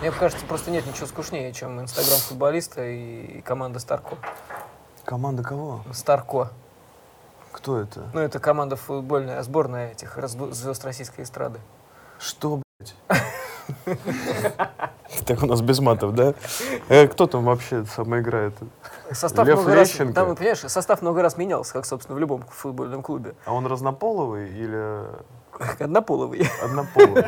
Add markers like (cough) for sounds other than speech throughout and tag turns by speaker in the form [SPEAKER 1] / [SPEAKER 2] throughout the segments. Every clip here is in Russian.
[SPEAKER 1] Мне кажется, просто нет ничего скучнее, чем инстаграм футболиста и команда Старко.
[SPEAKER 2] Команда кого?
[SPEAKER 1] Старко.
[SPEAKER 2] Кто это?
[SPEAKER 1] Ну, это команда футбольная, сборная этих разбу- звезд российской эстрады.
[SPEAKER 2] Что, блядь? (laughs) Так у нас без матов, да? Э, Кто там вообще самое играет?
[SPEAKER 1] Состав
[SPEAKER 2] Лев
[SPEAKER 1] много раз,
[SPEAKER 2] Лещенко.
[SPEAKER 1] там, понимаешь, состав много раз менялся, как, собственно, в любом футбольном клубе. (laughs)
[SPEAKER 2] А он разнополовый или
[SPEAKER 1] Однополовый. (laughs)
[SPEAKER 2] однополовый?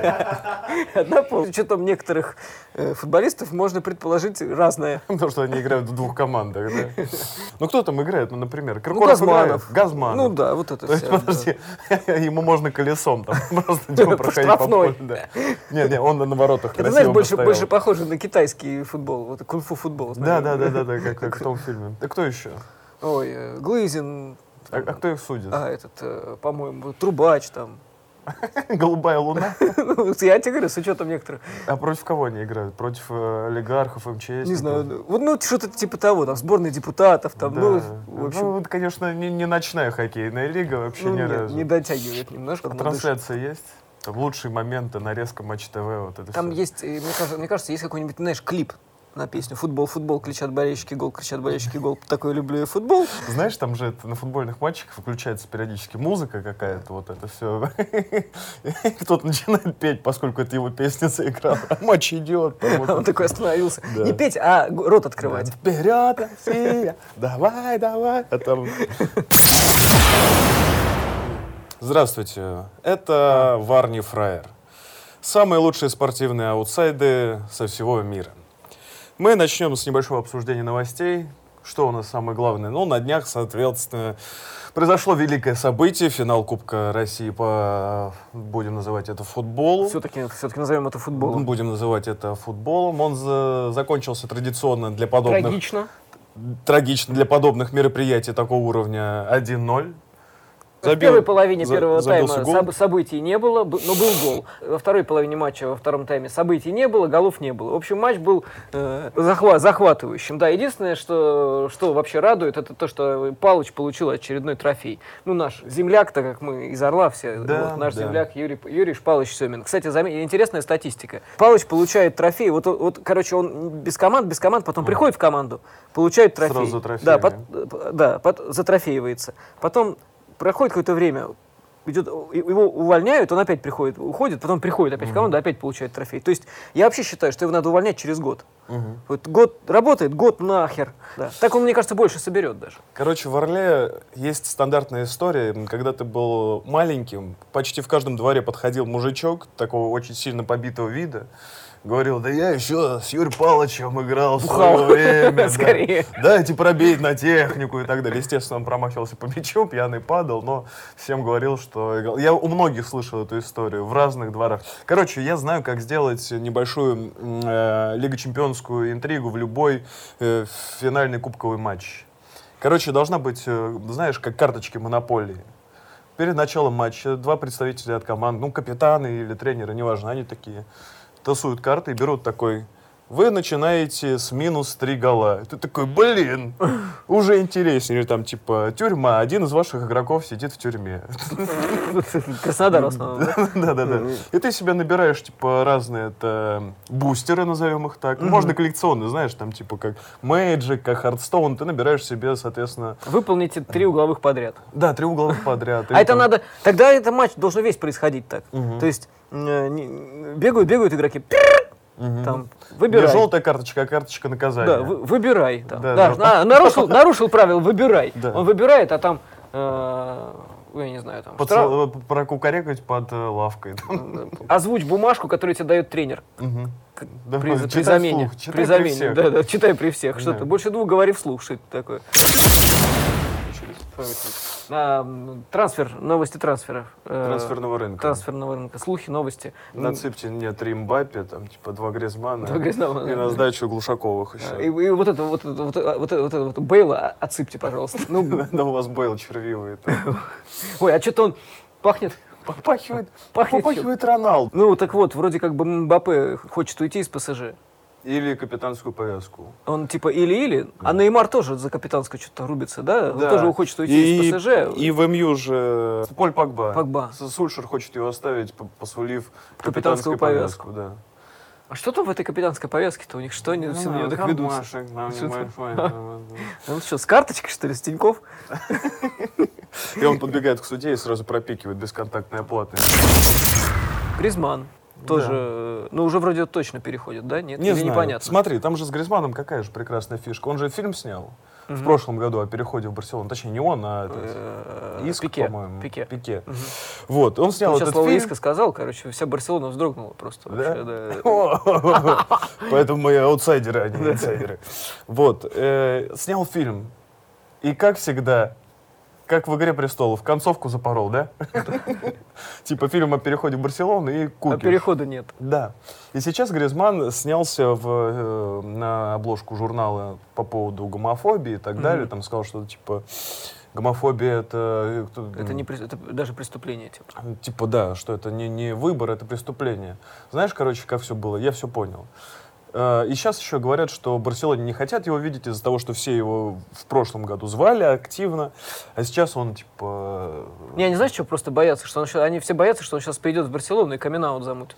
[SPEAKER 1] Однополый. Что там некоторых э, футболистов можно предположить разное.
[SPEAKER 2] Потому что они играют в двух командах, да? Ну кто там играет? Ну, например,
[SPEAKER 1] Ну,
[SPEAKER 2] Киркоров
[SPEAKER 1] Газманов.
[SPEAKER 2] играет? Газманов.
[SPEAKER 1] Ну да, вот это
[SPEAKER 2] То есть,
[SPEAKER 1] всё, да.
[SPEAKER 2] подожди, (laughs) ему можно колесом там (laughs)
[SPEAKER 1] (laughs)
[SPEAKER 2] просто типа,
[SPEAKER 1] По
[SPEAKER 2] проходить по
[SPEAKER 1] штрафной.
[SPEAKER 2] полю. да. Нет, нет, он на воротах
[SPEAKER 1] Это,
[SPEAKER 2] красиво
[SPEAKER 1] знаешь, больше,
[SPEAKER 2] постоял.
[SPEAKER 1] больше похоже на китайский футбол, вот кунг-фу футбол.
[SPEAKER 2] Да,
[SPEAKER 1] знаешь.
[SPEAKER 2] да, да, да, да, как, как в том фильме. Да кто еще?
[SPEAKER 1] Ой, э, Глызин,
[SPEAKER 2] А, а кто их судит?
[SPEAKER 1] а этот, э, по-моему, Трубач там.
[SPEAKER 2] (laughs)
[SPEAKER 1] (laughs)
[SPEAKER 2] Голубая луна?
[SPEAKER 1] Ну, Я тебе говорю, с учетом некоторых.
[SPEAKER 2] А против кого они играют? Против э, олигархов, МЧС?
[SPEAKER 1] Не знаю, ну, вот ну что-то типа того, там сборная депутатов, там, ну, в
[SPEAKER 2] Ну,
[SPEAKER 1] общем,
[SPEAKER 2] вот, конечно, не, не ночная хоккейная лига вообще
[SPEAKER 1] ну,
[SPEAKER 2] ни
[SPEAKER 1] нет,
[SPEAKER 2] разу.
[SPEAKER 1] не дотягивает немножко.
[SPEAKER 2] Там
[SPEAKER 1] но дышит.
[SPEAKER 2] трансляция есть? Там лучшие моменты, нарезка Матч ТВ, вот это
[SPEAKER 1] Там
[SPEAKER 2] всё.
[SPEAKER 1] есть, э, мне кажется, мне кажется, есть какой-нибудь, знаешь, клип на песню «Футбол, футбол, кричат болельщики, гол, кричат болельщики, гол, такой люблю я футбол».
[SPEAKER 2] Знаешь, там же это на футбольных матчах выключается периодически музыка какая-то, вот это (laughs) все. Кто-то начинает петь, поскольку это его песня заиграла. (laughs) А Матч идет. там вот
[SPEAKER 1] А Он
[SPEAKER 2] это.
[SPEAKER 1] такой остановился.
[SPEAKER 2] Да.
[SPEAKER 1] Не петь, а г- рот открывать.
[SPEAKER 2] Вперед, Россия! Давай, давай! А там- Здравствуйте, это Варни Фраер. Самые лучшие спортивные аутсайды со всего мира. Мы начнем с небольшого обсуждения новостей. Что у нас самое главное? Ну, на днях, соответственно, произошло великое событие. Финал Кубка России по, будем называть это, футболу.
[SPEAKER 1] Все-таки, все-таки назовем это
[SPEAKER 2] Ну,
[SPEAKER 1] футболом.
[SPEAKER 2] Будем называть это футболом. Он за- закончился традиционно для подобных...
[SPEAKER 1] Трагично.
[SPEAKER 2] Трагично для подобных мероприятий такого уровня 1-0.
[SPEAKER 1] В первой половине
[SPEAKER 2] за-
[SPEAKER 1] первого тайма
[SPEAKER 2] забился гол.
[SPEAKER 1] соб- событий не было, б- но был гол. Во второй половине матча, во втором тайме событий не было, голов не было. В общем, матч был э, захва- захватывающим. Да, единственное, что, что вообще радует, это то, что Палыч получил очередной трофей. Ну, наш земляк, так как мы из Орла все,
[SPEAKER 2] Да,
[SPEAKER 1] вот наш
[SPEAKER 2] да.
[SPEAKER 1] земляк Юрий, П- Юрий Палыч Семин. Кстати, заме- интересная статистика. Палыч получает трофей, вот, вот, короче, он без команд, без команд, потом приходит в команду, получает трофей.
[SPEAKER 2] Сразу трофей,
[SPEAKER 1] Да,
[SPEAKER 2] да.
[SPEAKER 1] пот- Э, да, пот- затрофеивается. Потом проходит какое-то время, идет, и- его увольняют, он опять приходит, уходит, потом приходит опять в команду, опять получает трофей. То есть я вообще считаю, что его надо увольнять через год. Вот год работает, год нахер. Да. Так он, мне кажется, больше соберет
[SPEAKER 2] (laughs)
[SPEAKER 1] даже.
[SPEAKER 2] Короче, в Орле есть стандартная история. Когда ты был маленьким, почти в каждом дворе подходил мужичок такого очень сильно побитого вида. Говорил, да я еще с Юрием Палычем играл в свое
[SPEAKER 1] Бухал. (laughs)
[SPEAKER 2] время. да.
[SPEAKER 1] Скорее.
[SPEAKER 2] Дайте пробить на технику и так далее. Естественно, он промахивался по мячу, пьяный падал, но всем говорил, что... играл. Я у многих слышал эту историю в разных дворах. Короче, я знаю, как сделать небольшую м, э, Лиго Чемпионскую интригу в любой э, финальный кубковый матч. Короче, должна быть, э, знаешь, как карточки монополии. Перед началом матча два представителя от команд, ну, капитаны или тренеры, неважно, они такие, тасуют карты и берут такой, вы начинаете с минус три гола. И Ты такой, блин, уже интереснее. Или там, типа, тюрьма, один из ваших игроков сидит в тюрьме. (laughs)
[SPEAKER 1] Краснодар в основном. да?
[SPEAKER 2] Да-да-да. И ты себе набираешь, типа, разные это бустеры, назовем их так. Ну, Можно коллекционные, знаешь, там, типа, как Magic, как Hearthstone. Ты набираешь себе, соответственно,
[SPEAKER 1] Выполните три угловых подряд.
[SPEAKER 2] да, три угловых подряд. Или
[SPEAKER 1] А это
[SPEAKER 2] там-
[SPEAKER 1] надо. Тогда этот матч должен весь происходить так. То есть э, не- бегают, бегают игроки. Там,
[SPEAKER 2] Не
[SPEAKER 1] выбирай.
[SPEAKER 2] желтая карточка, а карточка наказания.
[SPEAKER 1] Да, вы- выбирай. Там.
[SPEAKER 2] Да,
[SPEAKER 1] Да, на-
[SPEAKER 2] да.
[SPEAKER 1] нарушил, нарушил правило, выбирай.
[SPEAKER 2] Да.
[SPEAKER 1] Он выбирает, а там, э, я не знаю, там,
[SPEAKER 2] Подсо-
[SPEAKER 1] штраф-
[SPEAKER 2] э, Прокукарекать под э, лавкой. там.
[SPEAKER 1] озвучь бумажку, которую тебе дает тренер.
[SPEAKER 2] Мгм.
[SPEAKER 1] К-
[SPEAKER 2] Да,
[SPEAKER 1] при,
[SPEAKER 2] читай
[SPEAKER 1] при замене.
[SPEAKER 2] вслух, читай
[SPEAKER 1] при
[SPEAKER 2] при
[SPEAKER 1] замене,
[SPEAKER 2] всех.
[SPEAKER 1] да, да, читай при всех. Что
[SPEAKER 2] Да.
[SPEAKER 1] ты? Больше двух говори вслух, что это такое. А, м, трансфер, новости трансферов. Э,
[SPEAKER 2] Трансферного рынка.
[SPEAKER 1] Трансферного рынка. Слухи, новости. М,
[SPEAKER 2] Ну, Нацепьте мне три Мбаппе, там, типа, два Гризмана.
[SPEAKER 1] Два Гризмана. А,
[SPEAKER 2] И на сдачу Глушаковых
[SPEAKER 1] Э, И,
[SPEAKER 2] еще.
[SPEAKER 1] и вот это вот, это, вот, это, вот, это, вот, это вот Бейла а- отсыпьте, пожалуйста. Ну,
[SPEAKER 2] (laughs) Да у вас Бейл червивый.
[SPEAKER 1] (laughs) ой, а что-то он пахнет.
[SPEAKER 2] Попахивает,
[SPEAKER 1] Пахнет
[SPEAKER 2] попахивает Роналд.
[SPEAKER 1] Ну, так вот, вроде как бы Мбаппе хочет уйти из ПСЖ.
[SPEAKER 2] Или капитанскую повязку.
[SPEAKER 1] Он типа или-или, а Неймар тоже за капитанскую что-то рубится, да? Он тоже хочет уйти из ПСЖ.
[SPEAKER 2] И в МЮ же Поль Пагба.
[SPEAKER 1] Погба.
[SPEAKER 2] С- Сульшер хочет его оставить, п- посулив
[SPEAKER 1] Капитанскую
[SPEAKER 2] капитанскую повязку. да.
[SPEAKER 1] А что там в этой капитанской повязке-то у них? Что
[SPEAKER 2] Ну,
[SPEAKER 1] они все на нее так ведутся?
[SPEAKER 2] (laughs)
[SPEAKER 1] Ну что, с карточкой, что ли, с Тиньков?
[SPEAKER 2] И он подбегает к суде и сразу пропикивает бесконтактные оплаты.
[SPEAKER 1] Гризман. Тоже, э, ну уже вроде точно переходит, да? Нет,
[SPEAKER 2] Не
[SPEAKER 1] или
[SPEAKER 2] знаю.
[SPEAKER 1] непонятно.
[SPEAKER 2] Смотри, там же с Гризманом какая же прекрасная фишка. Он же фильм снял в прошлом году о переходе в Барселону. Точнее, не он, а
[SPEAKER 1] Э,
[SPEAKER 2] этот, Иск,
[SPEAKER 1] Пике,
[SPEAKER 2] по-моему.
[SPEAKER 1] Пике.
[SPEAKER 2] Вот, он снял
[SPEAKER 1] Он сейчас
[SPEAKER 2] этот
[SPEAKER 1] слово
[SPEAKER 2] фильм.
[SPEAKER 1] иска сказал, короче, вся Барселона вздрогнула просто. вообще, да.
[SPEAKER 2] (laughs) Да? Поэтому мы аутсайдеры, а не инсайдеры. Вот, э, снял фильм. И как всегда, как в «Игре престолов», концовку запорол, да? Типа фильм о переходе в Барселону и
[SPEAKER 1] А
[SPEAKER 2] куки.
[SPEAKER 1] перехода нет.
[SPEAKER 2] Да. И сейчас Гризман снялся в, э, на обложку журнала по поводу гомофобии и так далее. Там сказал, что типа гомофобия это... э, кто-
[SPEAKER 1] Это, не, прес- это даже преступление, типа.
[SPEAKER 2] Типа, да, что это не, не выбор, это преступление. Знаешь, короче, как все было? Я все понял. Э, И сейчас еще говорят, что в Барселоне не хотят его видеть из-за того, что все его в прошлом году звали активно, а сейчас он типа...
[SPEAKER 1] Не, они знаешь, чего просто боятся? Что он щас- они все боятся, что он сейчас придет в Барселону и камин замутит.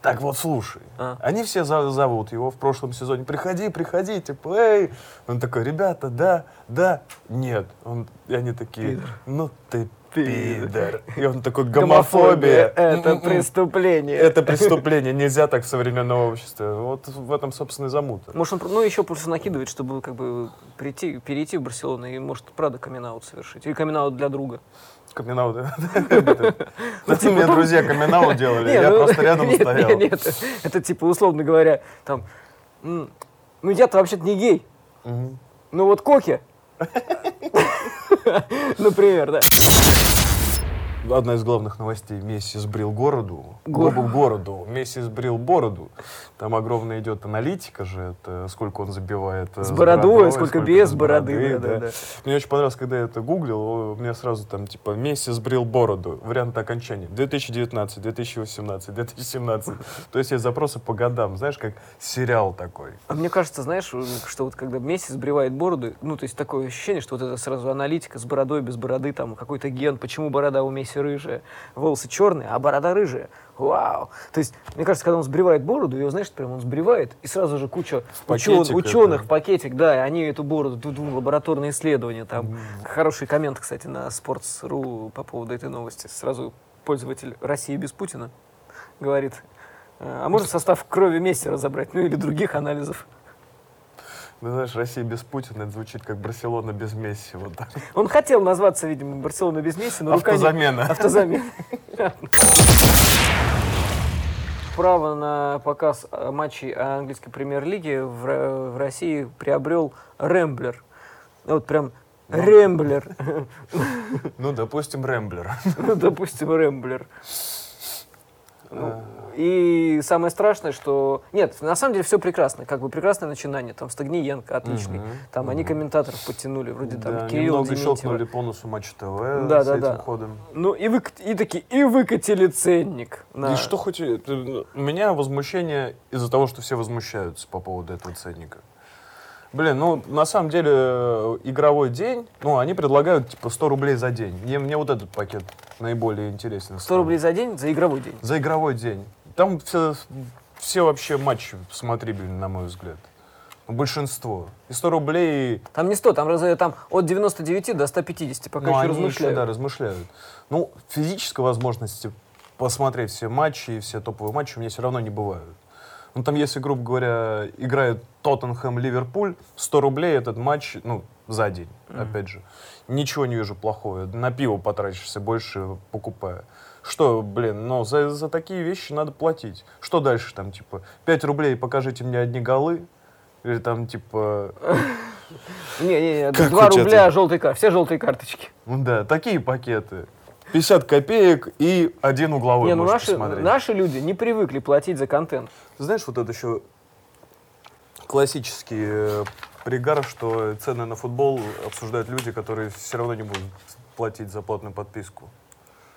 [SPEAKER 2] Так вот, слушай.
[SPEAKER 1] А.
[SPEAKER 2] Они все за- зовут его в прошлом сезоне. Приходи, приходи, типа, эй. Он такой, ребята, да, да, нет. Он, и они такие, ну ты пидор. И он такой, гомофобия.
[SPEAKER 1] Это
[SPEAKER 2] М-м-м.
[SPEAKER 1] преступление.
[SPEAKER 2] Это преступление, нельзя так в современном обществе. Вот в этом, собственно, и замута.
[SPEAKER 1] Может, он про- ну, еще просто накидывает, чтобы как бы прийти, перейти в Барселону и, может, правда камин совершить. Или камин для друга. (laughs)
[SPEAKER 2] Каминаут. (laughs) У меня друзья каминаут делали,
[SPEAKER 1] Ну, типа, Не,
[SPEAKER 2] я
[SPEAKER 1] ну,
[SPEAKER 2] просто рядом
[SPEAKER 1] нет,
[SPEAKER 2] стоял.
[SPEAKER 1] Нет, нет, это типа, условно говоря, там, «М, ну я-то вообще-то не гей,
[SPEAKER 2] Мгм.
[SPEAKER 1] ну вот Коки, (laughs) например, да.
[SPEAKER 2] Одна из главных новостей. Месси сбрил городу.
[SPEAKER 1] Гор-
[SPEAKER 2] Губу городу. Месси сбрил бороду. Там огромная идет аналитика же, это сколько он забивает. э,
[SPEAKER 1] С бородой, сколько без
[SPEAKER 2] без
[SPEAKER 1] бороды, да, да, да.
[SPEAKER 2] Мне очень понравилось, когда я это гуглил, о, у меня сразу там типа Месси сбрил бороду. Варианты окончания. 2019, 2018, 2017. То есть есть запросы по годам. Знаешь, как сериал такой.
[SPEAKER 1] А мне кажется, знаешь, что вот когда Месси сбривает бороду, ну, то есть такое ощущение, что вот это сразу аналитика с бородой, без бороды, там, какой-то ген, почему борода у Месси рыжая, волосы черные, а борода рыжая. Вау! То есть, мне кажется, когда он сбривает бороду, его, знаешь, прям он сбривает, и сразу же куча учен-
[SPEAKER 2] пакетик
[SPEAKER 1] ученых,
[SPEAKER 2] это.
[SPEAKER 1] пакетик, да, и они эту бороду, тут лабораторные исследования, там, хороший коммент, кстати, на Sports.ru по поводу этой новости. Сразу пользователь России без Путина говорит, а можно состав крови Месси разобрать, ну или других анализов.
[SPEAKER 2] Ну, знаешь, Россия без Путина, это звучит как Барселона без Месси. Вот так. А
[SPEAKER 1] Он хотел назваться, видимо, Барселона без Месси, но рука не-
[SPEAKER 2] Автозамена.
[SPEAKER 1] Автозамена. Право на показ э, матчей английской премьер-лиги в, Ро- в России приобрел Рэмблер. Ну, Вот прям Рэмблер.
[SPEAKER 2] Ну, допустим, Рэмблер.
[SPEAKER 1] Ну, допустим, Рэмблер. Ну,
[SPEAKER 2] А.
[SPEAKER 1] И самое страшное, что... Нет, на самом деле все прекрасно. Как бы прекрасное начинание. Там Стагниенко отличный.
[SPEAKER 2] Мгм,
[SPEAKER 1] Там они комментаторов подтянули. Вроде там
[SPEAKER 2] Да,
[SPEAKER 1] Кирилл
[SPEAKER 2] немного
[SPEAKER 1] Дементьева.
[SPEAKER 2] щелкнули по носу Матч ТВ
[SPEAKER 1] Да,
[SPEAKER 2] с
[SPEAKER 1] да,
[SPEAKER 2] этим
[SPEAKER 1] да.
[SPEAKER 2] ходом.
[SPEAKER 1] Ну и, вы, и такие, и выкатили ценник. на-
[SPEAKER 2] И что хоть... и- это, У меня возмущение из-за того, что все возмущаются по поводу этого ценника. Блин, ну, на самом деле, э, игровой день, ну, они предлагают, типа, 100 рублей за день. Мне, мне вот этот пакет наиболее интересен.
[SPEAKER 1] 100 рублей за день, за игровой день.
[SPEAKER 2] За игровой день. Там все, все вообще матчи смотрибельны, на мой взгляд. Ну, Большинство. И 100 рублей...
[SPEAKER 1] Там не 100, там, раз- э, там от 99 до 150, пока
[SPEAKER 2] ну,
[SPEAKER 1] еще
[SPEAKER 2] они
[SPEAKER 1] размышляют.
[SPEAKER 2] еще, да, размышляют. Ну, физической возможности посмотреть все матчи и все топовые матчи у меня все равно не бывают. Ну, там, если, грубо говоря, играет Тоттенхэм-Ливерпуль, 100 рублей этот матч, ну, за день, опять же. Ничего не вижу плохого. На пиво потратишься больше, покупая. Что, блин, ну, за, за такие вещи надо платить. Что дальше там, типа, 5 рублей покажите мне одни голы? Или там, типа,
[SPEAKER 1] Не, не, не,
[SPEAKER 2] Как
[SPEAKER 1] 2
[SPEAKER 2] хоть
[SPEAKER 1] рубля
[SPEAKER 2] это?
[SPEAKER 1] желтые карты, все желтые карточки.
[SPEAKER 2] Ну Да, такие пакеты. 50 копеек и один угловой
[SPEAKER 1] не, ну
[SPEAKER 2] можешь
[SPEAKER 1] наши,
[SPEAKER 2] посмотреть.
[SPEAKER 1] наши люди не привыкли платить за контент.
[SPEAKER 2] Ты Знаешь, вот это еще классический э, пригар, что цены на футбол обсуждают люди, которые все равно не будут платить за платную подписку.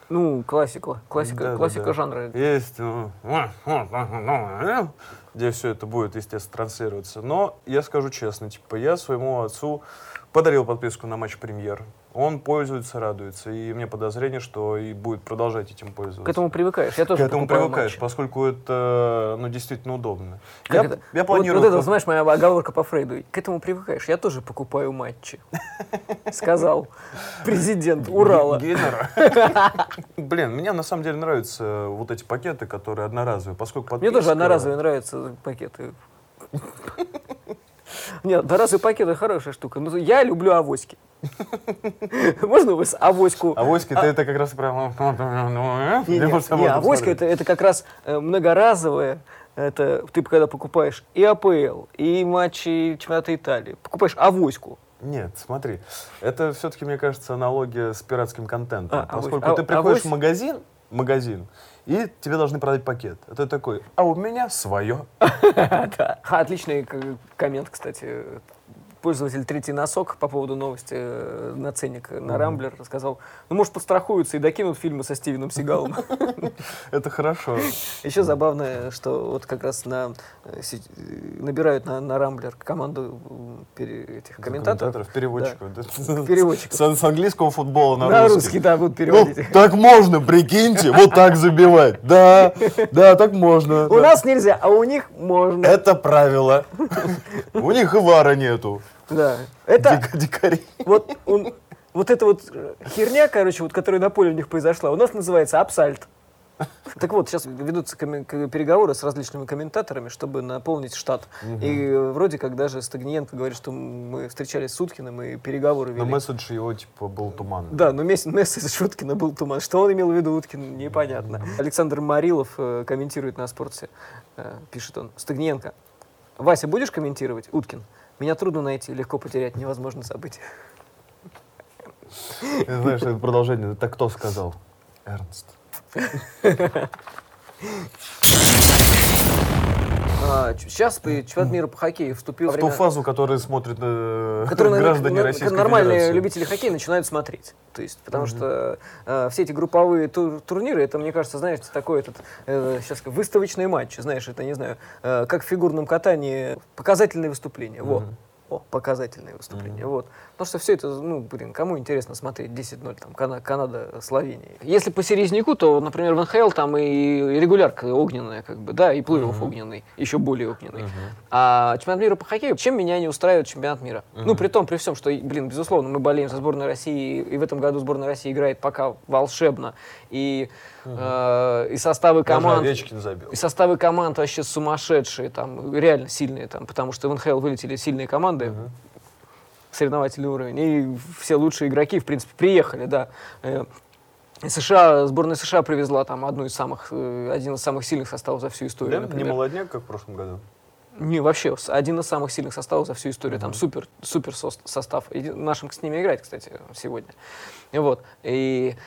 [SPEAKER 1] Ну, классика, классика,
[SPEAKER 2] Да, да,
[SPEAKER 1] классика
[SPEAKER 2] да.
[SPEAKER 1] жанра.
[SPEAKER 2] Есть, ну, э, где все это будет, естественно, транслироваться. Но я скажу честно, типа, я своему отцу подарил подписку на матч премьер. Он пользуется, радуется. И мне подозрение, что и будет продолжать этим пользоваться.
[SPEAKER 1] К этому привыкаешь. Я тоже
[SPEAKER 2] К этому
[SPEAKER 1] покупаю
[SPEAKER 2] привыкаешь,
[SPEAKER 1] матчи.
[SPEAKER 2] поскольку это ну, действительно удобно.
[SPEAKER 1] Как
[SPEAKER 2] я,
[SPEAKER 1] это?
[SPEAKER 2] я
[SPEAKER 1] Вот-
[SPEAKER 2] планирую...
[SPEAKER 1] Вот, это,
[SPEAKER 2] про-
[SPEAKER 1] знаешь, моя оговорка по Фрейду. К этому привыкаешь. Я тоже покупаю
[SPEAKER 2] (laughs)
[SPEAKER 1] матчи. Сказал президент Урала.
[SPEAKER 2] Ге- Гейнера. (laughs) Блин, мне на самом деле нравятся вот эти пакеты, которые одноразовые, поскольку
[SPEAKER 1] Мне тоже
[SPEAKER 2] подписка-
[SPEAKER 1] одноразовые нравятся пакеты. Нет, одноразовые пакеты хорошая штука. Ну, я люблю
[SPEAKER 2] (laughs)
[SPEAKER 1] авоськи. Можно вы с авоську?
[SPEAKER 2] А воськи ты это как раз прям...
[SPEAKER 1] Не, не, не, авоська это, это как раз э, многоразовое. Это ты когда покупаешь и АПЛ, и матчи чемпионата Италии. Покупаешь авоську.
[SPEAKER 2] Нет, смотри, это все-таки, мне кажется, аналогия с пиратским контентом.
[SPEAKER 1] А, авось-
[SPEAKER 2] поскольку
[SPEAKER 1] а-
[SPEAKER 2] ты приходишь в
[SPEAKER 1] авось-
[SPEAKER 2] магазин, магазин, и тебе должны продать пакет. А ты такой, а у меня свое.
[SPEAKER 1] Да. Ха, Отличный к- коммент, кстати. Пользователь третий носок по поводу новости э, на ценник на Рамблер рассказал, ну, может, подстрахуются и докинут фильмы со Стивеном Сигалом.
[SPEAKER 2] Это хорошо.
[SPEAKER 1] Еще забавно, что вот как раз на, э, си- э, набирают на, на Рамблер команду м, пере- этих комментаторов.
[SPEAKER 2] Комментаторов, переводчиков.
[SPEAKER 1] Переводчиков.
[SPEAKER 2] С, с английского футбола на,
[SPEAKER 1] На русский, да, будут
[SPEAKER 2] Ну,
[SPEAKER 1] переводить.
[SPEAKER 2] так можно, прикиньте, вот так забивать. Да, да, так можно.
[SPEAKER 1] У нас нельзя, а у них можно.
[SPEAKER 2] Это правило. У них и вара нету.
[SPEAKER 1] Да. Это
[SPEAKER 2] Дик- Дикари.
[SPEAKER 1] вот он- вот эта вот э, херня, короче, вот которая на поле у них произошла, у нас называется абсальт. Так вот, сейчас ведутся коммен- к- переговоры с различными комментаторами, чтобы наполнить штат. И э, вроде как даже Стагниенко говорит, что мы встречались с Уткиным и переговоры вели.
[SPEAKER 2] Но месседж его, типа, был туманный.
[SPEAKER 1] Да, ну. но месс- месседж Уткина был туман. Что он имел в виду Уткин, непонятно. Александр Марилов э, комментирует на спорте. Э, пишет он. Стагниенко. Вася, будешь комментировать? Уткин. Меня трудно найти, легко потерять, невозможно забыть.
[SPEAKER 2] Ты (laughs) Знаешь, это продолжение. Это кто сказал? Эрнст.
[SPEAKER 1] сейчас чемпионат мира по хоккею вступил
[SPEAKER 2] В ту фазу, которую смотрят э, (laughs)
[SPEAKER 1] которые на-
[SPEAKER 2] граждане
[SPEAKER 1] на-
[SPEAKER 2] Российской
[SPEAKER 1] нормальные
[SPEAKER 2] Федерации.
[SPEAKER 1] любители хоккея начинают смотреть. То есть, потому что э, все эти групповые тур- турниры, это, мне кажется, знаешь, такой этот, э, сейчас скажу, выставочный матч, знаешь, это, не знаю, э, как в фигурном катании, показательные выступления, вот. О, показательные выступления, вот. Потому что все это, ну, блин, кому интересно смотреть 10-0, там, Кана- Канада, Словения. Если по серьезнику, то, например, в НХЛ там и регулярка огненная, как бы, да, и плей-офф огненный, еще более огненный. А чемпионат мира по хоккею, чем меня не устраивает чемпионат мира? Ну, при том, при всем, что, и, блин, безусловно, мы болеем за сборную России, и в этом году сборная России играет пока волшебно. И, э, и составы
[SPEAKER 2] Даже
[SPEAKER 1] команд...
[SPEAKER 2] Овечкин забил.
[SPEAKER 1] И составы команд вообще сумасшедшие, там, реально сильные, там, потому что в НХЛ вылетели сильные команды, соревновательный уровень, и все лучшие игроки, в принципе, приехали, да. Э, и США, сборная США привезла там одну из самых, э, один из самых сильных составов за всю историю.
[SPEAKER 2] Да? Не
[SPEAKER 1] например.
[SPEAKER 2] молодняк, как в прошлом году.
[SPEAKER 1] Не, вообще, с- один из самых сильных составов за всю историю. Там супер, супер сос- состав. И нашим с ними играть, кстати, сегодня. Вот. И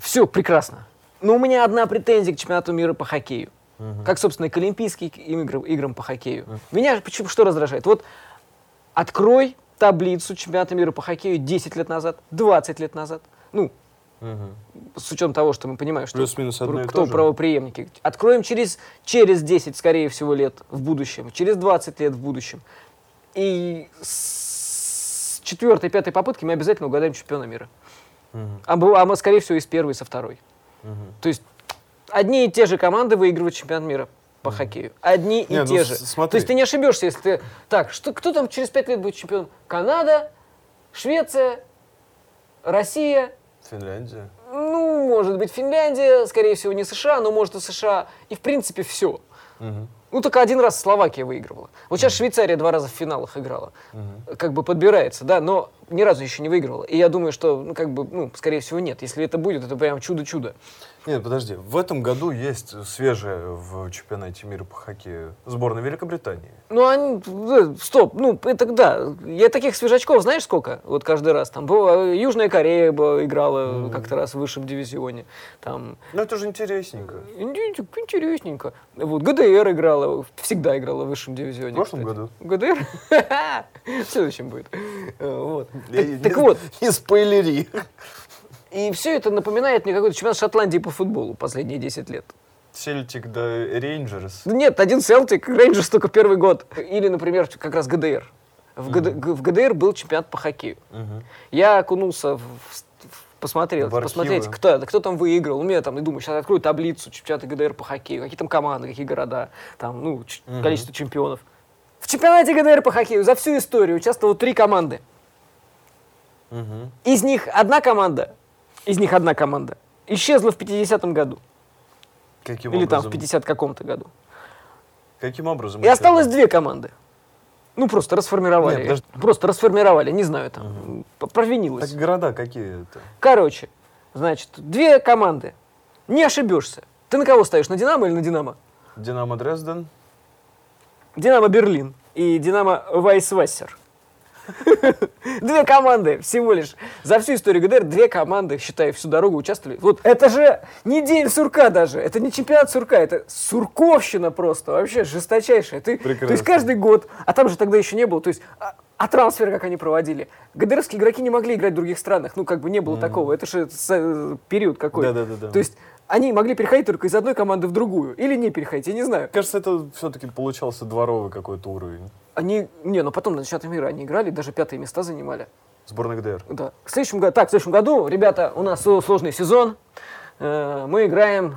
[SPEAKER 1] все прекрасно. Но у меня одна претензия к чемпионату мира по хоккею. Как, собственно, и к Олимпийским играм, играм по хоккею. Меня почему, что раздражает? Вот открой таблицу чемпионата мира по хоккею 10 лет назад, 20 лет назад. Ну, с учетом того, что мы понимаем, что
[SPEAKER 2] Плюс-минус одно и
[SPEAKER 1] кто
[SPEAKER 2] то же.
[SPEAKER 1] правоприемники. Откроем через, через 10, скорее всего, лет в будущем, через 20 лет в будущем. И с четвертой, пятой попытки мы обязательно угадаем чемпиона мира. А, быва- а мы, скорее всего, и с первой, и со второй. То есть одни и те же команды выигрывают чемпионат мира по хоккею. Одни и
[SPEAKER 2] Не, ну
[SPEAKER 1] те
[SPEAKER 2] с-
[SPEAKER 1] же.
[SPEAKER 2] смотри.
[SPEAKER 1] То есть ты не ошибешься, если ты... Так, что, кто там через пять лет будет чемпион? Канада, Швеция, Россия,
[SPEAKER 2] Финляндия.
[SPEAKER 1] ну, может быть, Финляндия, скорее всего, не США, но может и США. И, в принципе, все. Ну, только один раз Словакия выигрывала. Вот сейчас Швейцария два раза в финалах играла. Как бы подбирается, да, но ни разу еще не выигрывала. И я думаю, что, ну, как бы, ну, скорее всего, нет. Если это будет, это прям чудо-чудо.
[SPEAKER 2] Нет, подожди. В этом году есть свежая в чемпионате мира по хоккею сборная Великобритании.
[SPEAKER 1] Ну, они, э, стоп, ну, это да. Я таких свежачков, знаешь, сколько? Вот каждый раз там. Была, Южная Корея была- играла как-то раз в высшем дивизионе. Там,
[SPEAKER 2] Ну, это же интересненько.
[SPEAKER 1] Инди- Интересненько. Вот, ГДР играла, всегда играла в высшем дивизионе.
[SPEAKER 2] В прошлом году?
[SPEAKER 1] ГДР? (laughs) В следующем будет. Э, Вот. Так,
[SPEAKER 2] Не-
[SPEAKER 1] так вот,
[SPEAKER 2] (laughs) Не спойлери.
[SPEAKER 1] и все это напоминает мне какой-то чемпионат Шотландии по футболу последние 10 лет.
[SPEAKER 2] Сельтик да Рейнджерс.
[SPEAKER 1] Да Нет, один Селтик, Рейнджерс только первый год. Или, например, как раз ГДР. В, ГД г- в ГДР был чемпионат по хоккею. Я окунулся в, в- в- посмотрел,
[SPEAKER 2] В архивы.
[SPEAKER 1] посмотреть, кто, кто там выиграл. У меня там, и думаю, сейчас открою таблицу чемпионата ГДР по хоккею, какие там команды, какие города, там, ну, ч-
[SPEAKER 2] Мгм.
[SPEAKER 1] количество чемпионов. В чемпионате ГДР по хоккею за всю историю участвовало три команды.
[SPEAKER 2] Мгм.
[SPEAKER 1] Из них одна команда, из них одна команда исчезла в 50-м году.
[SPEAKER 2] Каким
[SPEAKER 1] Или там в
[SPEAKER 2] образом?
[SPEAKER 1] 50 каком-то году.
[SPEAKER 2] Каким образом?
[SPEAKER 1] И
[SPEAKER 2] это?
[SPEAKER 1] осталось две команды. Ну, просто расформировали.
[SPEAKER 2] Нет, подожди.
[SPEAKER 1] Просто расформировали, не знаю, там, п- провинилось.
[SPEAKER 2] Так города какие это?
[SPEAKER 1] Короче, значит, две команды. Не ошибешься. Ты на кого ставишь, на «Динамо» или на «Динамо»?
[SPEAKER 2] Динамо Дрезден.
[SPEAKER 1] «Динамо Берлин» и «Динамо Вайсвассер». (laughs) Две команды всего лишь. За всю историю ГДР две команды, считай, всю дорогу участвовали. Вот это же не день сурка даже. Это не чемпионат сурка, это сурковщина просто. Вообще жесточайшая. Ты,
[SPEAKER 2] Прекрасно.
[SPEAKER 1] то есть каждый год, а там же тогда еще не было. То есть а, а трансфер, как они проводили. ГДРовские игроки не могли играть в других странах. Ну, как бы не было такого. Это же с- э, период какой.
[SPEAKER 2] Да-да-да-да.
[SPEAKER 1] То есть они могли переходить только из одной команды в другую. Или не переходить, я не знаю.
[SPEAKER 2] Кажется, это все-таки получался дворовый какой-то уровень.
[SPEAKER 1] Они, не, ну потом на чемпионате мира они играли, даже пятые места занимали.
[SPEAKER 2] Сборная ГДР.
[SPEAKER 1] Да. В следующем году, так, в следующем году, ребята, у нас э, сложный сезон. Э, Мы играем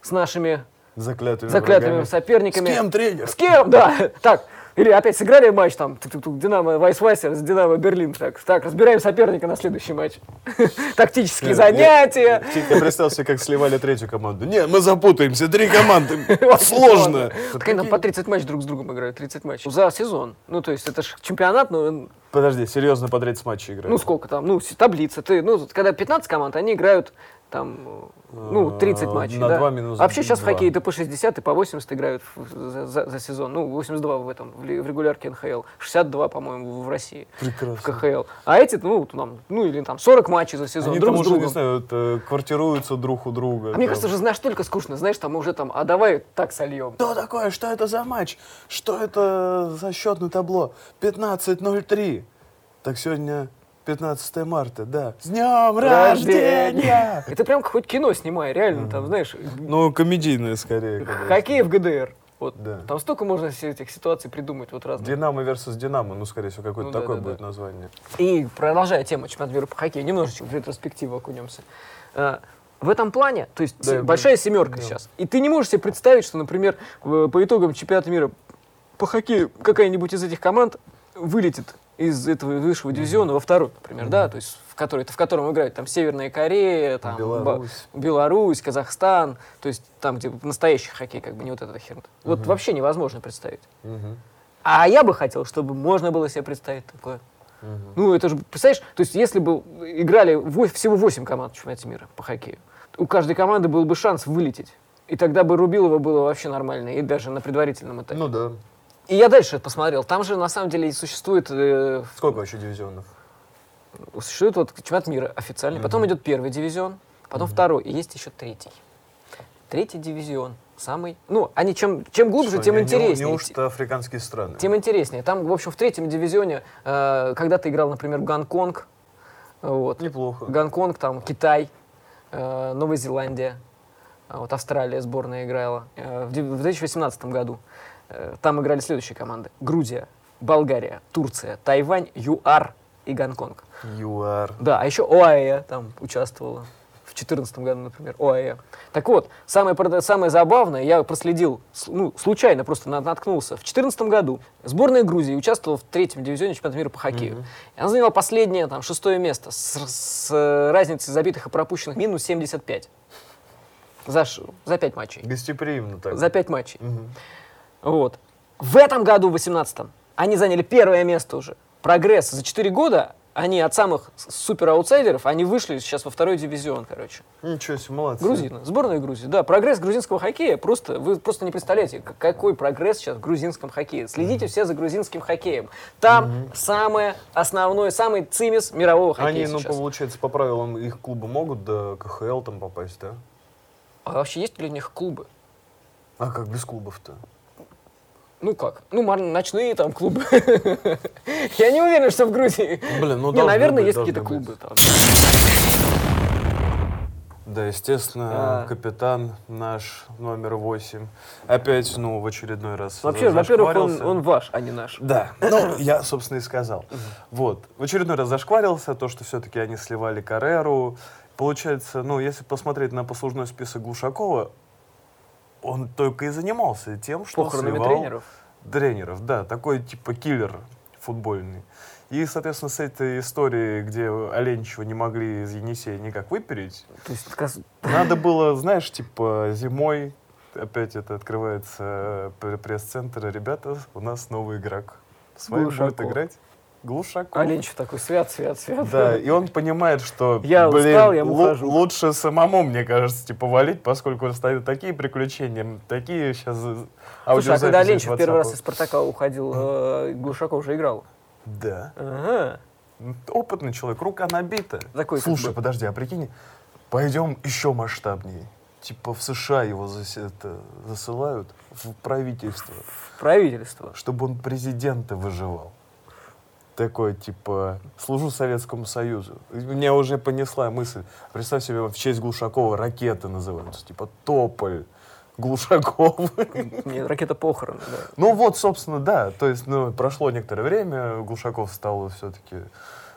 [SPEAKER 1] с нашими
[SPEAKER 2] Заклятыми
[SPEAKER 1] заклятыми
[SPEAKER 2] врагами.
[SPEAKER 1] соперниками.
[SPEAKER 2] С кем тренер?
[SPEAKER 1] С кем, да. (laughs) Так, или опять сыграли матч там, тук-тук-тук, Динамо Вайсвайсер с Динамо Берлин. Так, так, разбираем соперника на следующий матч. (laughs) Тактические
[SPEAKER 2] Э, Нет,
[SPEAKER 1] занятия.
[SPEAKER 2] нет, Я представил себе, как сливали третью команду. Не, мы запутаемся, три
[SPEAKER 1] (laughs)
[SPEAKER 2] команды, (laughs) сложно.
[SPEAKER 1] Так они там по 30 матчей друг с другом играют, 30 матчей. За сезон. Ну, то есть, это же чемпионат, ну,
[SPEAKER 2] Подожди, серьезно по 30 матчей играют?
[SPEAKER 1] Ну, сколько там, ну, с- таблица. Ты, ну, когда 15 команд, они играют там, э, ну, 30
[SPEAKER 2] Э,
[SPEAKER 1] матчей.
[SPEAKER 2] на
[SPEAKER 1] да.
[SPEAKER 2] два минус
[SPEAKER 1] Вообще сейчас в
[SPEAKER 2] два.
[SPEAKER 1] хоккее да по 60 и по 80 играют в- за, за- за сезон. Ну, 82 в этом, в, ли- в регулярке НХЛ. 62, по-моему, в России. В
[SPEAKER 2] Прекрасно.
[SPEAKER 1] КХЛ. А эти, ну, там, ну или там 40 матчей за сезон
[SPEAKER 2] Они
[SPEAKER 1] друг
[SPEAKER 2] там
[SPEAKER 1] с
[SPEAKER 2] уже,
[SPEAKER 1] другом.
[SPEAKER 2] не знаю, вот, э, квартируются друг у друга.
[SPEAKER 1] А мне
[SPEAKER 2] там.
[SPEAKER 1] кажется, уже знаешь, только скучно, знаешь, там уже там, а давай так сольем.
[SPEAKER 2] Что такое? Что это за матч? Что это за счетное табло? 15.03. Так сегодня 15 марта, да. С днем рождения!
[SPEAKER 1] Это прям хоть кино снимай, реально, там, знаешь,
[SPEAKER 2] Ну, комедийное скорее. конечно.
[SPEAKER 1] хоккей в ГДР. Вот.
[SPEAKER 2] Да.
[SPEAKER 1] Там столько можно все этих ситуаций придумать, вот разных.
[SPEAKER 2] Динамо versus Динамо, ну, скорее всего, какое-то
[SPEAKER 1] Ну да,
[SPEAKER 2] такое
[SPEAKER 1] да, да.
[SPEAKER 2] будет название.
[SPEAKER 1] И продолжая тему чемпионата мира по хоккею, немножечко в ретроспективу окунемся. Э, В этом плане, то есть
[SPEAKER 2] Да,
[SPEAKER 1] се-
[SPEAKER 2] я
[SPEAKER 1] большая семерка
[SPEAKER 2] Да.
[SPEAKER 1] сейчас. И ты не можешь себе представить, что, например, в- по итогам чемпионата мира по хоккею какая-нибудь из этих команд вылетит из этого высшего дивизиона во второй, например, да, то есть в который, в котором играют там Северная Корея, там
[SPEAKER 2] Беларусь.
[SPEAKER 1] Ба- Беларусь, Казахстан, то есть там, где настоящий хоккей, как бы не вот эта херня. Вот вообще невозможно представить.
[SPEAKER 2] Мгм.
[SPEAKER 1] А я бы хотел, чтобы можно было себе представить такое.
[SPEAKER 2] Мгм.
[SPEAKER 1] Ну, это же, представляешь, то есть если бы играли во- всего 8 команд в чемпионате мира по хоккею, у каждой команды был бы шанс вылететь. И тогда бы Рубилова было вообще нормально, и даже на предварительном этапе.
[SPEAKER 2] Ну да.
[SPEAKER 1] И я дальше посмотрел, там же на самом деле и существует, э,
[SPEAKER 2] Сколько вообще дивизионов?
[SPEAKER 1] существует вот чемпионат мира официальный, потом идет первый дивизион, потом второй, и есть еще третий. Третий дивизион, самый, ну, они чем, чем глубже,
[SPEAKER 2] Что,
[SPEAKER 1] тем
[SPEAKER 2] не- не-
[SPEAKER 1] интереснее.
[SPEAKER 2] Неужто африканские страны?
[SPEAKER 1] Тем интереснее. Там, в общем, в третьем дивизионе э, когда-то играл, например, Гонконг. Вот.
[SPEAKER 2] Неплохо.
[SPEAKER 1] Гонконг, там, Китай, э, Новая Зеландия, а вот Австралия сборная играла. Э, в ди- в 2018 году э, там играли следующие команды. Грузия, Болгария, Турция, Тайвань, ЮАР и Гонконг.
[SPEAKER 2] ЮАР.
[SPEAKER 1] Да, а еще ОАЭ там участвовала. В 2014 году, например, ОАЭ. Так вот, самое, прода- самое забавное, я проследил, с- ну, случайно просто на- наткнулся. В 2014 году сборная Грузии участвовала в третьем дивизионе чемпионата мира по хоккею. И Она заняла последнее, там, шестое место с, с, э, разницей забитых и пропущенных минус 75. За, ш- за пять матчей.
[SPEAKER 2] Гостеприимно так.
[SPEAKER 1] За пять матчей.
[SPEAKER 2] Мгм.
[SPEAKER 1] Вот. В этом году, в 18-м, они заняли первое место уже. Прогресс. За 4 года они от самых с- супер-аутсайдеров, они вышли сейчас во второй дивизион, короче.
[SPEAKER 2] Ничего себе, молодцы.
[SPEAKER 1] Грузина, сборная Грузии. Да, прогресс грузинского хоккея, просто вы просто не представляете, к- какой прогресс сейчас в грузинском хоккее. Следите все за грузинским хоккеем. Там самое основное, самый цимис мирового хоккея
[SPEAKER 2] Они, ну,
[SPEAKER 1] сейчас.
[SPEAKER 2] получается, по правилам их клуба могут до КХЛ там попасть, да?
[SPEAKER 1] А вообще есть ли у них клубы?
[SPEAKER 2] А как без клубов-то?
[SPEAKER 1] Ну как? Ну, мар- ночные там клубы. (laughs) Я не уверен, что в Грузии.
[SPEAKER 2] Блин, ну
[SPEAKER 1] Не,
[SPEAKER 2] должны
[SPEAKER 1] наверное,
[SPEAKER 2] быть,
[SPEAKER 1] есть
[SPEAKER 2] должны
[SPEAKER 1] какие-то
[SPEAKER 2] быть.
[SPEAKER 1] клубы там.
[SPEAKER 2] Да, естественно,
[SPEAKER 1] А.
[SPEAKER 2] капитан наш номер восемь. Опять, ну, в очередной раз.
[SPEAKER 1] Вообще,
[SPEAKER 2] за-
[SPEAKER 1] во-первых, он,
[SPEAKER 2] зашкварился.
[SPEAKER 1] он ваш, а не наш.
[SPEAKER 2] Да,
[SPEAKER 1] (coughs)
[SPEAKER 2] ну, я, собственно, и сказал. Вот, в очередной раз зашкварился, то, что все-таки они сливали Кареру. Получается, ну, если посмотреть на послужной список Глушакова, он только и занимался тем, что
[SPEAKER 1] Похоронами
[SPEAKER 2] сливал
[SPEAKER 1] тренеров.
[SPEAKER 2] тренеров, да, такой типа киллер футбольный. И, соответственно, с этой историей, где Оленичева не могли из Енисея никак выпереть,
[SPEAKER 1] То есть, каз-
[SPEAKER 2] надо было, знаешь, типа зимой опять это открывается э, пр- пресс-центр. Ребята, у нас новый игрок. С вами будет
[SPEAKER 1] Глушаков.
[SPEAKER 2] играть Глушаков.
[SPEAKER 1] Оленчев такой, свят, свят, свят. (laughs)
[SPEAKER 2] Да, и он понимает, что
[SPEAKER 1] Я
[SPEAKER 2] блин,
[SPEAKER 1] устал, я
[SPEAKER 2] лу-
[SPEAKER 1] ухожу.
[SPEAKER 2] лучше самому, мне кажется, типа валить, поскольку стоят такие приключения, такие сейчас
[SPEAKER 1] Слушай, а когда Оленчев первый раз из «Спартака» уходил, э, Глушаков уже играл.
[SPEAKER 2] Да.
[SPEAKER 1] Ага.
[SPEAKER 2] Опытный человек, рука набита.
[SPEAKER 1] Такой как
[SPEAKER 2] Слушай,
[SPEAKER 1] бы-
[SPEAKER 2] подожди, а прикинь, пойдем еще масштабнее. Типа в США его засе- это, засылают в правительство,
[SPEAKER 1] В правительство.
[SPEAKER 2] чтобы он президента выживал. Такой, типа, служу Советскому Союзу. Меня уже понесла мысль. Представь себе, в честь Глушакова ракеты называются. Типа Тополь, Глушаков.
[SPEAKER 1] Нет, ракета похорон, да.
[SPEAKER 2] Ну вот, собственно, да. То есть, ну, прошло некоторое время, Глушаков стал все-таки...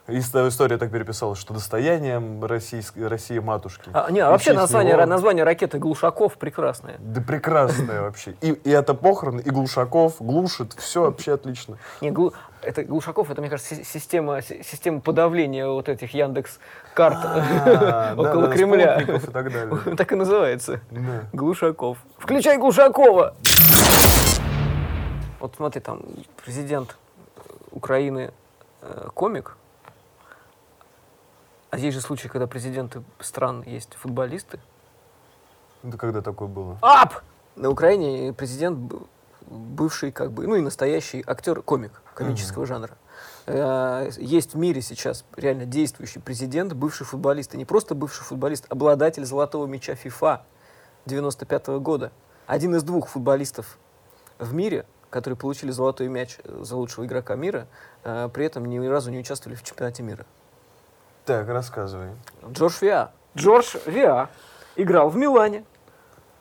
[SPEAKER 2] История так переписалась, что достоянием российской, России матушки.
[SPEAKER 1] А, не, а
[SPEAKER 2] И в
[SPEAKER 1] вообще
[SPEAKER 2] честь
[SPEAKER 1] название,
[SPEAKER 2] него-
[SPEAKER 1] название ракеты Глушаков прекрасное.
[SPEAKER 2] Да прекрасное вообще. И, и это похороны, и Глушаков глушит, все
[SPEAKER 1] (laughs)
[SPEAKER 2] вообще отлично.
[SPEAKER 1] Не, Глу- это Глушаков, это, мне кажется, си- система, си- система подавления вот этих Яндекс карт (laughs)
[SPEAKER 2] А,
[SPEAKER 1] около
[SPEAKER 2] да-да,
[SPEAKER 1] Кремля.
[SPEAKER 2] спутников и так
[SPEAKER 1] (laughs)
[SPEAKER 2] далее.
[SPEAKER 1] Так и называется.
[SPEAKER 2] Да.
[SPEAKER 1] Глушаков. Включай Глушакова! Вот смотри, там президент Украины э, комик. А здесь же случай, когда президенты стран есть футболисты.
[SPEAKER 2] Это когда такое было?
[SPEAKER 1] Ап! На Украине президент б- бывший, как бы, ну и настоящий актер-комик комического жанра. Э, Есть в мире сейчас реально действующий президент, бывший футболист. И не просто бывший футболист, обладатель золотого мяча ФИФА 95 года. Один из двух футболистов в мире, которые получили золотой мяч э, за лучшего игрока мира, э, при этом ни разу не участвовали в чемпионате мира.
[SPEAKER 2] Так, рассказывай.
[SPEAKER 1] Джордж Виа. Джордж Виа играл в Милане.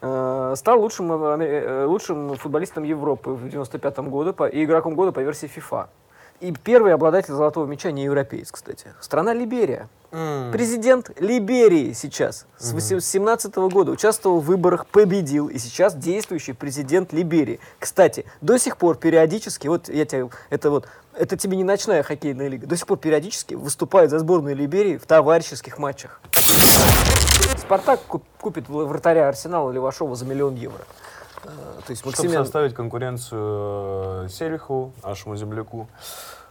[SPEAKER 1] э, Стал лучшим, э, аме- э, лучшим футболистом Европы в 95 году по- и игроком года по версии FIFA. И первый обладатель золотого мяча не европеец, кстати. Страна Либерия. Президент Либерии сейчас с 2017 года участвовал в выборах, победил, и сейчас действующий президент Либерии. Кстати, до сих пор периодически, вот я тебе, это вот, это тебе не ночная хоккейная лига, до сих пор периодически выступает за сборную Либерии в товарищеских матчах. Спартак куп- купит вл- вратаря Арсенала Левашова за миллион евро. Э, То есть
[SPEAKER 2] Чтобы
[SPEAKER 1] Максимен...
[SPEAKER 2] составить конкуренцию э, Селиху, нашему земляку.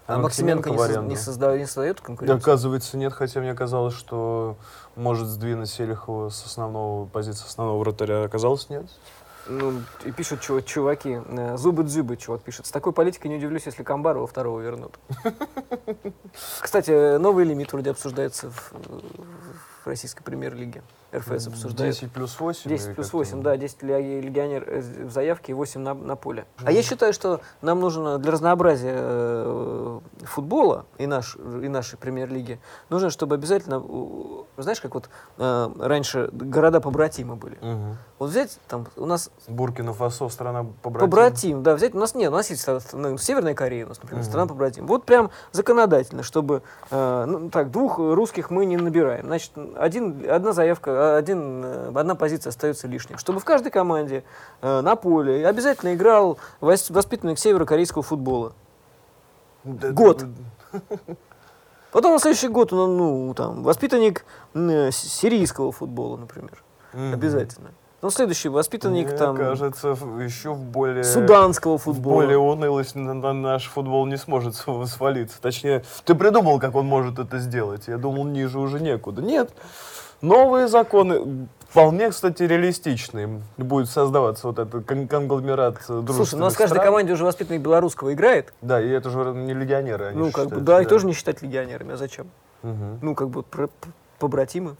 [SPEAKER 1] А Максименко не,
[SPEAKER 2] в
[SPEAKER 1] соз-
[SPEAKER 2] аренду.
[SPEAKER 1] не созда- не создает
[SPEAKER 2] И
[SPEAKER 1] конкуренцию?
[SPEAKER 2] Оказывается, нет, хотя мне казалось, что может сдвинуть Селихова с основного позиции основного вратаря. А Оказалось, нет.
[SPEAKER 1] Ну, и пишут чу- чуваки, э, зубы-дзюбы, чувак пишет. С такой политикой не удивлюсь, если Камбарова второго вернут. Кстати, э, новый лимит вроде обсуждается в, в российской премьер-лиге. РФС обсуждает.
[SPEAKER 2] 10 плюс 8.
[SPEAKER 1] 10
[SPEAKER 2] или
[SPEAKER 1] плюс
[SPEAKER 2] как-то.
[SPEAKER 1] 8, да, 10 ле- легионер э, в заявке и 8 на, на поле. А я считаю, что нам нужно для разнообразия э, футбола и, наш, и нашей премьер-лиги, нужно, чтобы обязательно, у- знаешь, как вот э, раньше города-побратимы были.
[SPEAKER 2] Мгм.
[SPEAKER 1] Вот взять, там, у нас
[SPEAKER 2] Буркина-Фасо, страна побратим.
[SPEAKER 1] Побратим, да, взять. У нас нет, у нас есть ста- ста- ну, Северная Корея, у нас, например, страна побратим. Вот прям законодательно, чтобы э, ну, так двух русских мы не набираем. Значит, один, одна заявка, а, один, э, одна позиция остается лишней. Чтобы в каждой команде э, на поле обязательно играл вос- воспитанник северокорейского футбола.
[SPEAKER 2] Да,
[SPEAKER 1] Год.
[SPEAKER 2] да,
[SPEAKER 1] Потом на следующий год, ну, ну там, воспитанник м, э, с- сирийского футбола, например,
[SPEAKER 2] да. Мгм.
[SPEAKER 1] обязательно. Ну, следующий воспитанник
[SPEAKER 2] Мне
[SPEAKER 1] там
[SPEAKER 2] кажется, в- еще в более...
[SPEAKER 1] суданского
[SPEAKER 2] в
[SPEAKER 1] футбола.
[SPEAKER 2] более унылость на, на наш футбол не сможет св- свалиться. Точнее, ты придумал, как он может это сделать. Я думал, ниже уже некуда. Нет. Новые законы, вполне, кстати, реалистичные. Будет создаваться вот этот кон- конгломерат э, дружественных
[SPEAKER 1] Слушай, ну, у нас в каждой
[SPEAKER 2] стран.
[SPEAKER 1] команде уже воспитанник белорусского играет.
[SPEAKER 2] Да, и это же не легионеры, они
[SPEAKER 1] ну, как бы,
[SPEAKER 2] считаются,
[SPEAKER 1] да, их тоже не считать легионерами, а зачем?
[SPEAKER 2] Мгм.
[SPEAKER 1] Ну, как бы, пр- п- побратимы.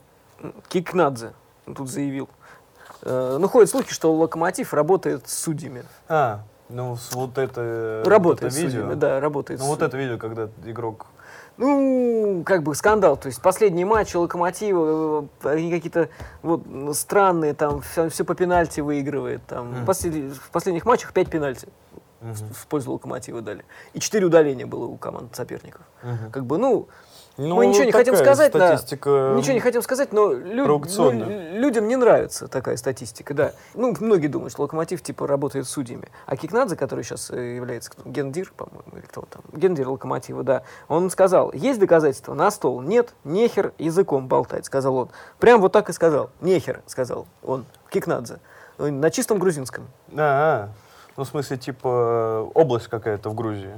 [SPEAKER 1] Кикнадзе тут заявил. Э, Ну, ходят слухи, что локомотив работает с судьями.
[SPEAKER 2] А, ну, с- вот это... э,
[SPEAKER 1] работает
[SPEAKER 2] вот
[SPEAKER 1] с
[SPEAKER 2] Э, это видео.
[SPEAKER 1] судьями, да, работает
[SPEAKER 2] Ну,
[SPEAKER 1] с
[SPEAKER 2] вот
[SPEAKER 1] судьями.
[SPEAKER 2] это видео, когда игрок
[SPEAKER 1] ну, как бы скандал. То есть последние матчи Локомотива, э, они какие-то вот странные, там все, по пенальти выигрывает. Там,
[SPEAKER 2] Мгм.
[SPEAKER 1] после- в последних матчах 5 пенальти в- в пользу Локомотива дали. И 4 удаления было у команд соперников.
[SPEAKER 2] Мгм.
[SPEAKER 1] Как бы, ну,
[SPEAKER 2] Ну,
[SPEAKER 1] мы ничего не
[SPEAKER 2] такая
[SPEAKER 1] хотим сказать, да.
[SPEAKER 2] статистика.
[SPEAKER 1] Ничего не хотим сказать, но лю-
[SPEAKER 2] Эм, Провокационно.
[SPEAKER 1] лю- людям не нравится такая статистика, да. Ну, многие думают, что Локомотив, типа, работает с судьями. А Кикнадзе, который сейчас э, является кто- гендир, по-моему, или кто он там, гендир Локомотива, да, он сказал, есть доказательства, на стол, нет, нехер языком болтать, сказал он. Прям вот так и сказал, нехер, сказал он, Кикнадзе, Э, на чистом грузинском.
[SPEAKER 2] А, а. Ну, в смысле, типа, область какая-то в Грузии.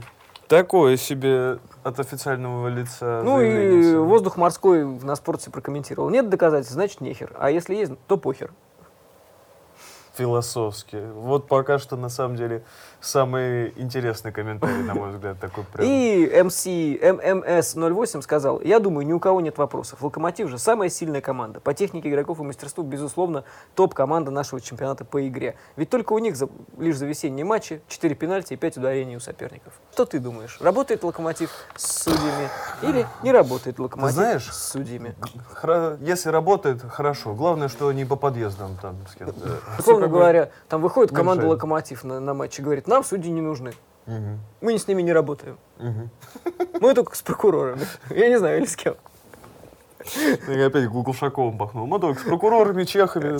[SPEAKER 2] Такое себе от официального лица.
[SPEAKER 1] Ну
[SPEAKER 2] Э, заявление
[SPEAKER 1] и
[SPEAKER 2] самое.
[SPEAKER 1] воздух морской на спорте прокомментировал. Нет доказательств, значит, нехер. А если есть, то похер.
[SPEAKER 2] Философски. Вот пока что, на самом деле, самый интересный комментарий, на мой взгляд, такой прям.
[SPEAKER 1] И МС, ММС-08 сказал, я думаю, ни у кого нет вопросов. Локомотив же самая сильная команда. По технике игроков и мастерству, безусловно, топ-команда нашего чемпионата по игре. Ведь только у них за- лишь за весенние матчи 4 пенальти и 5 ударений у соперников. Что ты думаешь, работает Локомотив с судьями или не работает Локомотив
[SPEAKER 2] знаешь,
[SPEAKER 1] с судьями?
[SPEAKER 2] (laughs) Хра- Если работает, хорошо. Главное, что не по подъездам там с
[SPEAKER 1] (laughs)
[SPEAKER 2] кем-то.
[SPEAKER 1] Условно говоря, там выходит команда
[SPEAKER 2] мешает.
[SPEAKER 1] Локомотив на, на матч и говорит, нам судьи не нужны,
[SPEAKER 2] Мгм.
[SPEAKER 1] мы с ними не работаем.
[SPEAKER 2] Мгм.
[SPEAKER 1] Мы только с прокурорами. (laughs) Я не знаю, или с кем.
[SPEAKER 2] И опять Гугушаковым пахнул. Мы только с прокурорами, чехами.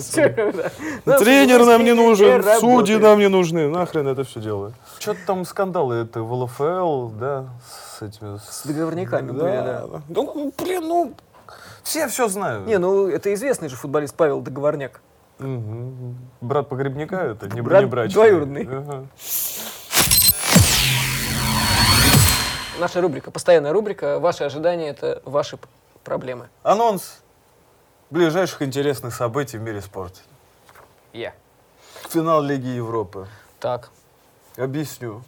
[SPEAKER 1] Да.
[SPEAKER 2] не нужны. Нахрен это все дело. Что-то там скандалы это в ЛФЛ, да, с этими...
[SPEAKER 1] С договорниками были, да.
[SPEAKER 2] Ну, блин, ну... Все все знают.
[SPEAKER 1] Не, ну это известный же футболист Павел Договорняк.
[SPEAKER 2] Мгм. Брат погребника это, не
[SPEAKER 1] Брат
[SPEAKER 2] брат брачный.
[SPEAKER 1] двоюродный.
[SPEAKER 2] Ага.
[SPEAKER 1] Наша рубрика, постоянная рубрика. Ваши ожидания — это ваши п- проблемы.
[SPEAKER 2] Анонс ближайших интересных событий в мире спорта.
[SPEAKER 1] Я.
[SPEAKER 2] Финал Лиги Европы.
[SPEAKER 1] Так.
[SPEAKER 2] Объясню.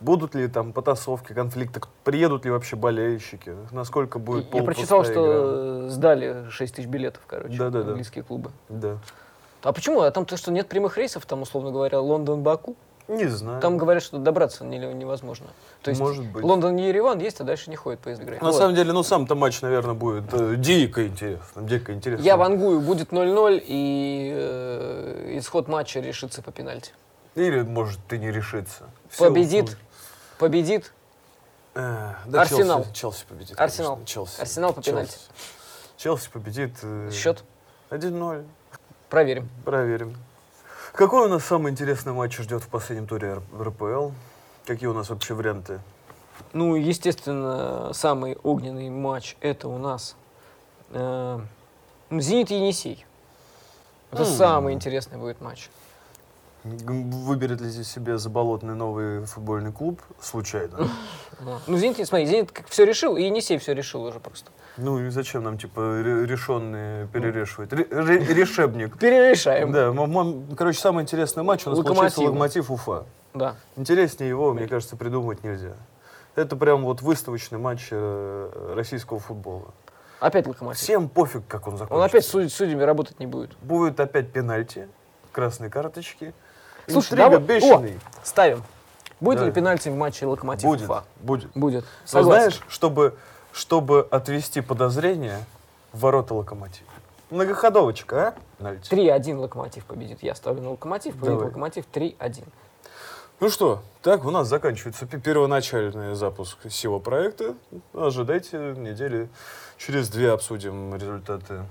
[SPEAKER 2] Будут ли там потасовки, конфликты, приедут ли вообще болельщики, насколько будет
[SPEAKER 1] Я прочитал,
[SPEAKER 2] полупустая игра.
[SPEAKER 1] что э, сдали 6 тысяч билетов, короче,
[SPEAKER 2] Да-да-да.
[SPEAKER 1] английские клубы.
[SPEAKER 2] Да.
[SPEAKER 1] А почему? А там то, что нет прямых рейсов, там, условно говоря, Лондон-Баку.
[SPEAKER 2] Не знаю.
[SPEAKER 1] Там говорят, что добраться неле- невозможно. То есть
[SPEAKER 2] А. Может быть.
[SPEAKER 1] Лондон-Ереван есть, а дальше не ходит поезд игры.
[SPEAKER 2] На
[SPEAKER 1] Вот.
[SPEAKER 2] самом деле, ну сам-то матч, наверное, будет э, дико интересным. Дико интересным.
[SPEAKER 1] Я вангую, будет 0-0, и э, исход матча решится по пенальти.
[SPEAKER 2] Или, может, ты не решится. Все
[SPEAKER 1] Победит,
[SPEAKER 2] условно.
[SPEAKER 1] победит
[SPEAKER 2] Э, да,
[SPEAKER 1] Арсенал.
[SPEAKER 2] Челси, Челси победит.
[SPEAKER 1] Арсенал.
[SPEAKER 2] конечно, Челси.
[SPEAKER 1] Арсенал по пенальти.
[SPEAKER 2] Челси. Челси победит. э,
[SPEAKER 1] счет.
[SPEAKER 2] 1-0.
[SPEAKER 1] Проверим.
[SPEAKER 2] Проверим. Какой у нас самый интересный матч ждет в последнем туре Р- РПЛ? Какие у нас вообще варианты?
[SPEAKER 1] Ну, естественно, самый огненный матч это у нас э, ну, Зенит и Енисей. Это
[SPEAKER 2] М.
[SPEAKER 1] самый интересный будет матч.
[SPEAKER 2] Г- Выберет ли здесь себе заболотный новый футбольный клуб? Случайно.
[SPEAKER 1] (laughs) Да. Ну, Зенит, смотри, Зенит все решил, и Енисей все решил уже просто.
[SPEAKER 2] Ну и зачем нам, типа, ре- решенные перерешивать? Ре- ре- Решебник.
[SPEAKER 1] Перерешаем.
[SPEAKER 2] Да, м- м- короче, самый интересный матч у нас получился
[SPEAKER 1] Локомотив.
[SPEAKER 2] Локомотив Уфа.
[SPEAKER 1] Да.
[SPEAKER 2] Интереснее его, мне кажется, придумать нельзя. Это прям вот выставочный матч э, российского футбола.
[SPEAKER 1] Опять локомотив.
[SPEAKER 2] Всем пофиг, как он закончится.
[SPEAKER 1] Он опять с суд- судьями работать не будет.
[SPEAKER 2] Будет опять пенальти, красные карточки.
[SPEAKER 1] Слушай,
[SPEAKER 2] Интрига
[SPEAKER 1] давай-
[SPEAKER 2] бешеный.
[SPEAKER 1] О, ставим. Будет
[SPEAKER 2] Да.
[SPEAKER 1] ли пенальти в матче локомотив
[SPEAKER 2] будет,
[SPEAKER 1] Уфа?
[SPEAKER 2] будет.
[SPEAKER 1] Будет.
[SPEAKER 2] Но
[SPEAKER 1] Согласен.
[SPEAKER 2] знаешь, чтобы, чтобы отвести подозрения в ворота локомотива. Многоходовочка, а? Пенальти.
[SPEAKER 1] 3-1 локомотив победит. Я ставлю на локомотив. Победит
[SPEAKER 2] Давай.
[SPEAKER 1] локомотив 3-1.
[SPEAKER 2] Ну что, так у нас заканчивается пе- первоначальный запуск сего проекта. Ожидайте недели. Через две обсудим результаты.